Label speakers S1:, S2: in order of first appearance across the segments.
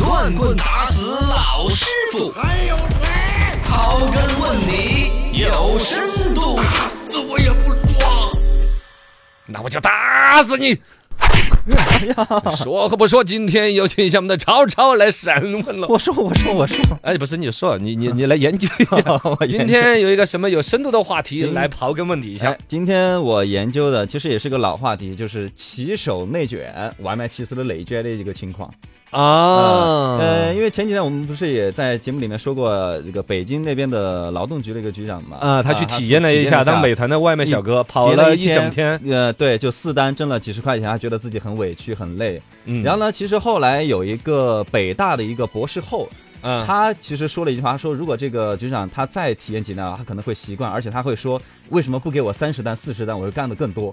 S1: 乱棍打死老师傅，还有谁？刨根问底有深度。
S2: 那我也不说。
S3: 那我就打死你！哎 说和不说，今天有请一下我们的超超来审问了。
S4: 我说，我说，我说，，
S3: 哎，不是你说，你你你来 研究一下
S4: 我研究
S3: 今天有一个什么有深度的话题
S4: 今
S3: 来刨根问底一下
S4: 哎。，今天我研究的其实也是个老话题，就是骑手内卷、外卖骑手的内卷的一个情况。
S3: 哎啊
S4: 呃，因为前几天我们不是也在节目里面说过，这个北京那边的劳动局的一个局长嘛，
S3: 啊，他去体验了一下嗯当美团的外卖小哥，跑
S4: 结
S3: 了
S4: 一
S3: 一整天。，
S4: 呃，对，就四单挣了几十块钱，他觉得自己很委屈很累。
S3: 嗯
S4: 然后呢，其实后来有一个北大的一个博士后，
S3: 嗯
S4: 他其实说了一句话，他说如果这个局长他再体验几单，他可能会习惯，而且他会说为什么不给我三十单、四十单，我会干的 更多。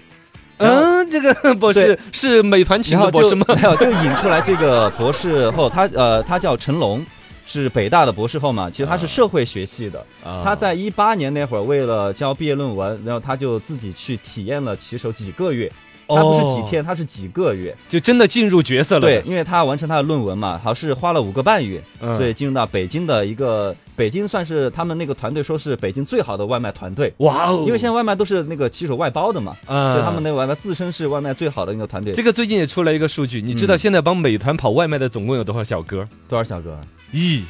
S4: 然后
S3: 嗯，这 个博士是美团请
S4: 然
S3: 的
S4: 后
S3: 博士
S4: 就
S3: 吗？
S4: 没有就引出来这个博士后，他呃，他叫陈龙。是北大的博士后嘛？其实他是社会学系的，
S3: 啊
S4: 他在一八年那会儿为了交毕业论文，然后他就自己去体验了骑手几个月，他不是几
S3: 哦
S4: 天，他是几个月。
S3: 就真的进入角色了。
S4: 对，，因为他完成他的论文嘛，好像是花了五个半月，
S3: 嗯
S4: 所以进入到北京的一个北京算是他们那个团队说是北京最好的外卖团队，
S3: 哇哦！
S4: 因为现在外卖都是那个骑手外包的嘛，
S3: 嗯
S4: 所以他们那个外卖自称是外卖最好的那个团队。
S3: 这个最近也出来一个数据，你知
S4: 嗯
S3: 道现在帮美团跑外卖的总共有多少小哥？
S4: 多少小哥？
S3: 一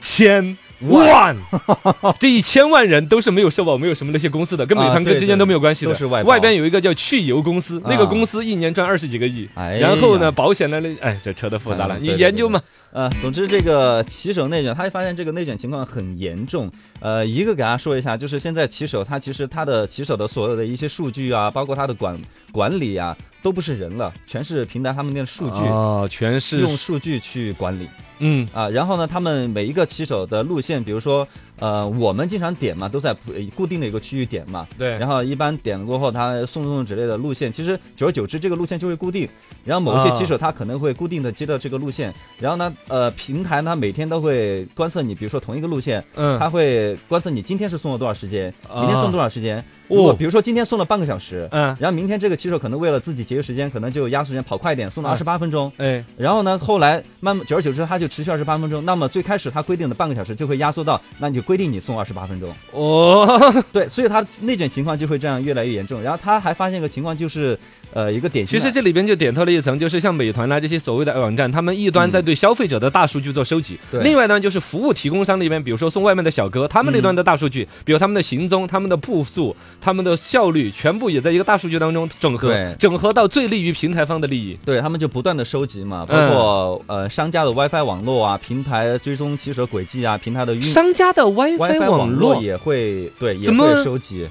S3: 千万， 这一千万人都是没有社保、没有什么那些公司的，跟美团
S4: 啊对
S3: 跟之间都没有关系的。
S4: 对都是外包
S3: 外边有一个叫去油公司，
S4: 啊
S3: 那个公司一年赚二十几个亿。
S4: 哎呀
S3: 然后呢，保险的那哎，这扯得复杂了，
S4: 嗯
S3: 你
S4: 对
S3: 研究嘛。
S4: 呃，总之这个骑手内卷，他就发现这个内卷情况很严重。呃，一个给大家说一下，就是现在骑手他其实他的骑手的所有的一些数据啊，包括他的管管理啊，都不是人了，全是平台他们那个数据。
S3: 哦，全是
S4: 用数据去管理
S3: 嗯
S4: 啊，然后呢，他们每一个骑手的路线，比如说，呃，我们经常点嘛，都在普固定的一个区域点嘛，
S3: 对
S4: 然后一般点过后，他送送之类的路线，其实久而久之这个路线就会固定。然后某一些
S3: 啊
S4: 骑手他可能会固定的接到这个路线，然后呢，呃，平台呢每天都会观测你，比如说同一个路线，
S3: 嗯
S4: 他会观测你今天是送了多少时间，明天送多少时间。
S3: 哦
S4: 如果比如说今天送了半个小时，
S3: 嗯
S4: 然后明天这个骑手可能为了自己节约时间，可能就压缩时间跑快一点，送了
S3: 哎
S4: 二十八分钟。
S3: 哎
S4: 然后呢，后来慢慢久而久之，他就持续二十八分钟。那么最开始他规定的半个小时就会压缩到，那你就规定你送二十八分钟。
S3: 哦，
S4: 对，所以他内卷情况就会这样越来越严重。然后他还发现一个情况，就是呃，一个典型
S3: 其
S4: 的
S3: 实这里边就点透了一层，就是像美团啊啦、这些所谓的网站，他们一端在对消费者的大数据做收集，
S4: 对
S3: 另外呢就是服务提供商那边，比如说送外卖的小哥，他们那端的大数据，比如他们的行踪、他们的步速、他们的效率，全部也在一个大数据当中整合
S4: 对，
S3: 整合到最利于平台方的利益。
S4: 对他们就不断的收集嘛，包
S3: 嗯
S4: 括、呃商家的 WiFi 网络啊，平台追踪骑手轨迹啊，平台的运
S3: 商家的 WiFi
S4: WiFi
S3: 网
S4: 网
S3: 络
S4: 也会对也
S3: 怎么
S4: 会收集。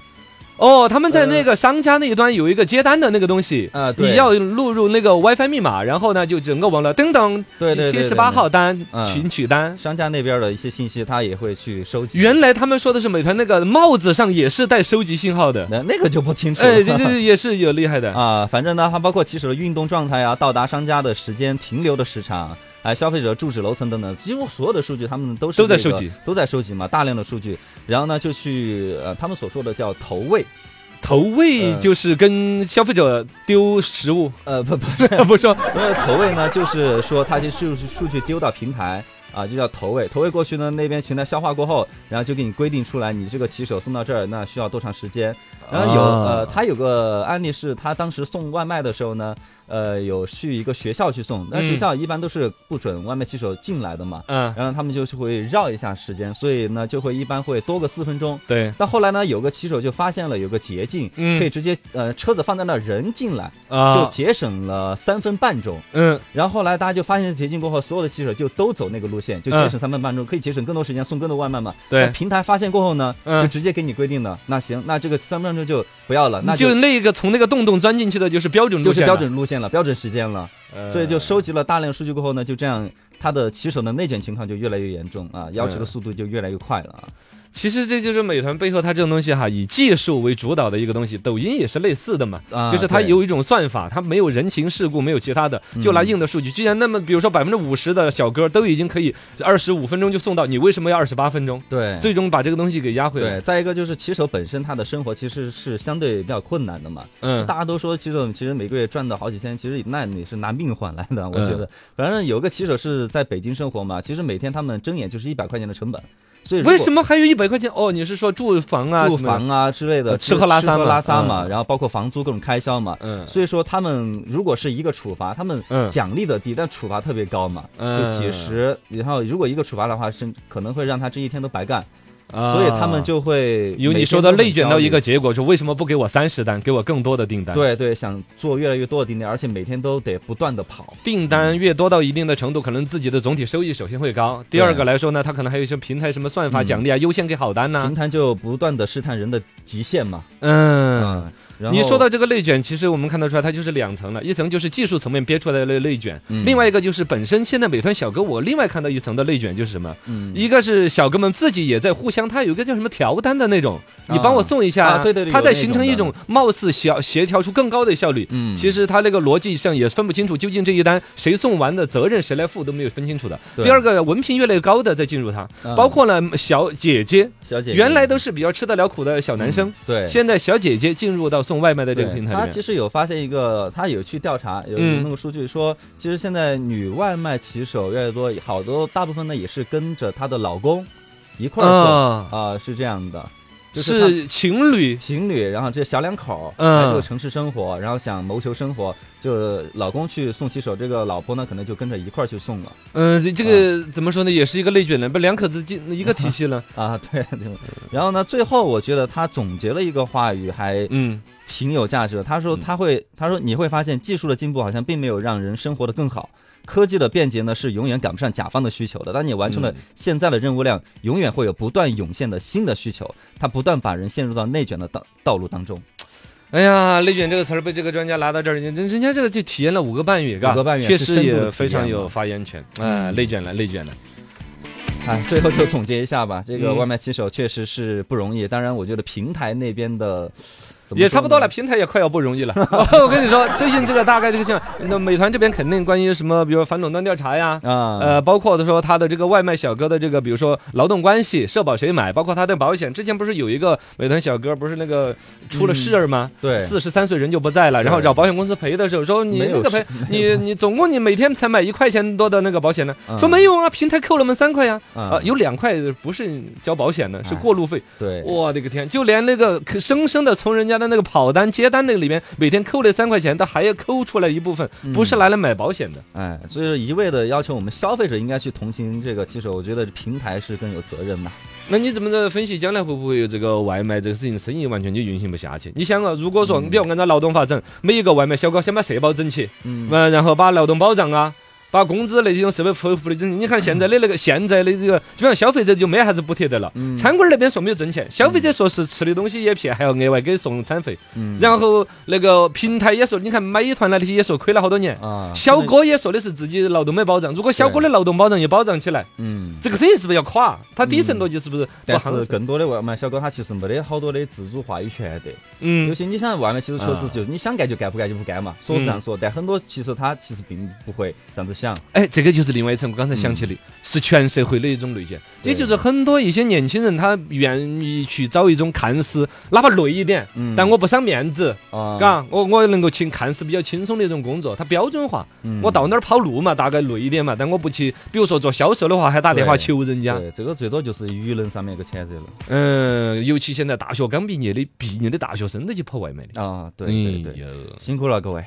S3: 哦，他们在那个商家那一端有一个接单的那个东西，
S4: 啊对
S3: 你要录入那个 WiFi 密码，然后呢就整个网络噔噔，
S4: 对对对
S3: 七
S4: 对
S3: 十八号单
S4: 嗯
S3: 群取单，
S4: 商家那边的一些信息，他也会去收集。
S3: 原来他们说的是美团那个帽子上也是带收集信号的，
S4: 那那个就不清楚了。
S3: 哎，这这也是有厉害的。
S4: 嗯啊，反正呢，它包括骑手的运动状态啊，到达商家的时间、停留的时长，哎，消费者住址楼层等等，几乎所有的数据他们都是、
S3: 都在
S4: 这个
S3: 收集，
S4: 都在收集嘛，大量的数据。然后呢，就去呃，他们所说的叫投喂，
S3: 投喂就是跟消费者丢食 物，
S4: 呃，不不是，
S3: 不说
S4: 因为投喂呢，就是说它这数数据丢到平台。啊，就叫投喂，投喂过去呢，那边平台消化过后，然后就给你规定出来，你这个骑手送到这儿，那需要多长时间？然后有、
S3: 啊
S4: 呃，他有个案例是，他当时送外卖的时候呢，呃，有去一个学校去送，那
S3: 嗯
S4: 学校一般都是不准外卖骑手进来的嘛，
S3: 嗯，
S4: 然后他们就是会绕一下时间，所以呢，就会一般会多个四分钟。
S3: 对，
S4: 但后来呢，有个骑手就发现了有个捷径，
S3: 嗯
S4: 可以直接呃车子放在那儿，人进来，就
S3: 啊，
S4: 节省了三分半钟。
S3: 嗯，
S4: 然后后来大家就发现这捷径过后，所有的骑手就都走那个路线，就节省三分半钟，可以节省更多时间送更多外卖嘛。
S3: 嗯对
S4: 那平台发现过后呢，
S3: 嗯
S4: 就直接给你规定了，那行，那这个三分半钟就不要了，那
S3: 就那个从那个洞洞钻进去的，就是标准
S4: 就
S3: 路
S4: 是
S3: 线，
S4: 标，准路线了，标准时间了。
S3: 呃
S4: 所以就收集了大量数据过后
S3: 嗯
S4: 呢，就这样，他的骑手的内卷情况就越来越严重啊，要求的速度就越来越快了啊。
S3: 其实这就是美团背后它这种东西哈，以技术为主导的一个东西。抖音也是类似的嘛，
S4: 啊
S3: 就是它
S4: 对
S3: 有一种算法，它没有人情世故，没有其他的，就拿硬的数据。既然那么，比
S4: 嗯
S3: 如说百分之五十的小哥都已经可以二十五分钟就送到，你为什么要二十八分钟？
S4: 对
S3: 最终把这个东西给压回来。
S4: 哎对，再一个就是骑手本身他的生活其实是相对比较困难的嘛。
S3: 嗯
S4: 大家都说骑手其实每个月赚的好几千，其实那你是拿命换来的。我
S3: 嗯
S4: 觉得，反正有个骑手是在北京生活嘛，其实每天他们睁眼就是一百块钱的成本，所以如果
S3: 为什么还有一百块钱？哦，你是说住房啊？
S4: 住
S3: 什么的呃
S4: 房啊之类的，
S3: 吃喝拉撒嘛
S4: 拉撒嘛，
S3: 嗯
S4: 然后包括房租各种开销嘛。
S3: 嗯
S4: 所以说他们如果是一个处罚，他们
S3: 嗯
S4: 奖励的低，但处罚特别高嘛，
S3: 嗯
S4: 就几十。然后如果一个处罚的话，是可能会让他这一天都白干，
S3: 啊
S4: 所以他们就会
S3: 有你说的内卷到一个结果，就为什么不给我三十单，给我更多的订单？，
S4: 对对，想做越来越多的订单，而且每天都得不断的跑。
S3: 订单越多到一定的程度，可能自己的总体收益首先会高。第二个来说呢，它可能还有一些平台什么算法奖
S4: 嗯
S3: 励啊，优先给好单呐
S4: 平。台就不断的试探人的极限嘛。啊
S3: 嗯。，
S4: 然后
S3: 你说到这个内卷，其实我们看得出来，它就是两层了，一层就是技术层面憋出来的内内卷，
S4: 嗯
S3: 另外一个就是本身现在美团小哥，我另外看到一层的内卷就是什么？
S4: 嗯
S3: 一个是小哥们自己也在互相，他有一个叫什么调单的那种，你帮我送一下，
S4: 啊对对对
S3: 他
S4: 有
S3: 在
S4: 那
S3: 形
S4: 种
S3: 成一
S4: 的
S3: 种貌似协协调出更高的效率，
S4: 嗯
S3: 其实他那个逻辑上也分不清楚，究竟这一单谁送完的责任谁来负都没有分清楚的。
S4: 对
S3: 第二个文凭越来越高的在进入它，
S4: 嗯
S3: 包括了小姐姐，
S4: 啊小姐姐嗯
S3: 原来都是比较吃得了苦的小男生，
S4: 对
S3: 现在小姐姐进入到送外卖的这
S4: 对
S3: 个平台里
S4: 他
S3: 面
S4: 其实有发现一个，他有去调查，有
S3: 嗯
S4: 那个数据说，其实现在女外卖骑手越来越多，好多大部分呢也是跟着她的老公一块儿送
S3: 啊
S4: 啊、是这样的，就是她
S3: 是情侣
S4: 情侣，然后这小两口
S3: 嗯
S4: 在这个城市生活，然后想谋求生活，就老公去送骑手，这个老婆呢可能就跟着一块儿去送了
S3: 嗯，这这个怎么说呢，也是一个内卷的，不两口子进一个体系 了。
S4: 啊，对，对然后呢，最后我觉得他总结了一个话语还
S3: 嗯，
S4: 挺有价值的，他说他会，他说你会发现技术的进步好像并没有让人生活的更好。科技的便捷呢，是永远赶不上甲方的需求的。当你完成了
S3: 嗯
S4: 现在的任务量，永远会有不断涌现的新的需求，它不断把人陷入到内卷的道道路当中。
S3: 哎呀，内卷这个词儿被这个专家拿到这儿，人人家这个就体验了五个半月，嘎
S4: 五个半月
S3: 确
S4: 是
S3: 实
S4: 深度
S3: 也
S4: 的
S3: 非
S4: 体验
S3: 常有
S4: 嘛嗯
S3: 发言权。哎，内卷了，内卷了。
S4: 哎，最后就总结一 下吧，这个
S3: 嗯
S4: 外卖骑手确实是不容易。当然，我觉得平台那边的怎么说呢
S3: 也差不多了，平台也快要不容 易了。我跟你说，最近这个大概这个像那美团这边肯定关于什么，比如反垄断调查呀。
S4: 啊。
S3: 呃，包括说他的这个外卖小哥的这个，比如说劳动关系、社保谁买，包括他的保险。之前不是有一个美团小哥，不是那个出了事儿吗？
S4: 嗯对
S3: 四十三岁人就不在了，然后找保险公司赔的时候说你
S4: 没有
S3: 那个赔
S4: 事没
S3: 你你总共你每天才买一块钱多的那个保险呢？
S4: 嗯
S3: 说没有啊，平台扣了我们三块呀，
S4: 嗯哎
S3: 啊有两块不是交保险的，是过路费。
S4: 对，
S3: 我的个天！就连那个可生生的从人家的那个跑单接单那个里面，每天扣那三块钱，他还要抠出来一部分，
S4: 嗯
S3: 不是拿来买保险的。
S4: 哎，所以说一味的要求我们消费者应该去同情这个骑手，我觉得平台是更有责任的。
S3: 那你怎么着分析将来会不会有这个外卖这个事情生意完全就运行不下去？你想啊，如果说你比如按照劳动法整，每一个外卖小哥先把社保整起，
S4: 嗯，
S3: 嗯，然后把劳动保障啊。把工资那些种社会福福利整，起。你看现在的那
S4: 嗯
S3: 个现在的这个，基本上消费者就没啥子补贴的了。餐馆那边说没有挣钱，消费者说是吃的东西也骗，还要额外给送餐费。
S4: 嗯
S3: 然后那个平台也说，你看美团那些也说亏了好多年。
S4: 啊，
S3: 小哥也说的是自己劳动没保障，如果小哥的劳动保障也保障起来，
S4: 嗯，
S3: 这个生意是不是要垮？它底层逻辑嗯是不是不
S4: 但
S3: 好
S4: 是？更多的外卖小哥他其实没得好多的自主话语权的。有
S3: 嗯，
S4: 些你想外卖其实确实
S3: 啊嗯
S4: 就是你想干就干，不干就不干嘛，说是这样说，但很多其实他其实并不会这样子想。
S3: 哎，这个就是另外一层，我刚才想起的，是全社会的一种内卷，
S4: 对
S3: 也就是很多一些年轻人他愿意去找一种看似哪怕累一点，
S4: 嗯
S3: 但我不伤面子，
S4: 啊，
S3: 嘎，我我能够去看似比较轻松的一种工作，它标准化。
S4: 嗯
S3: 我到那儿跑路嘛，大概累一点嘛，但我不去，比如说做销售的话，还打电话
S4: 对
S3: 求人家。
S4: 对，这个最多就是舆论上面一个谴责了
S3: 嗯，尤其现在大学刚毕业的毕业的大学生都去跑外卖的。
S4: 啊。对对对，
S3: 哎呦
S4: 辛苦了各位。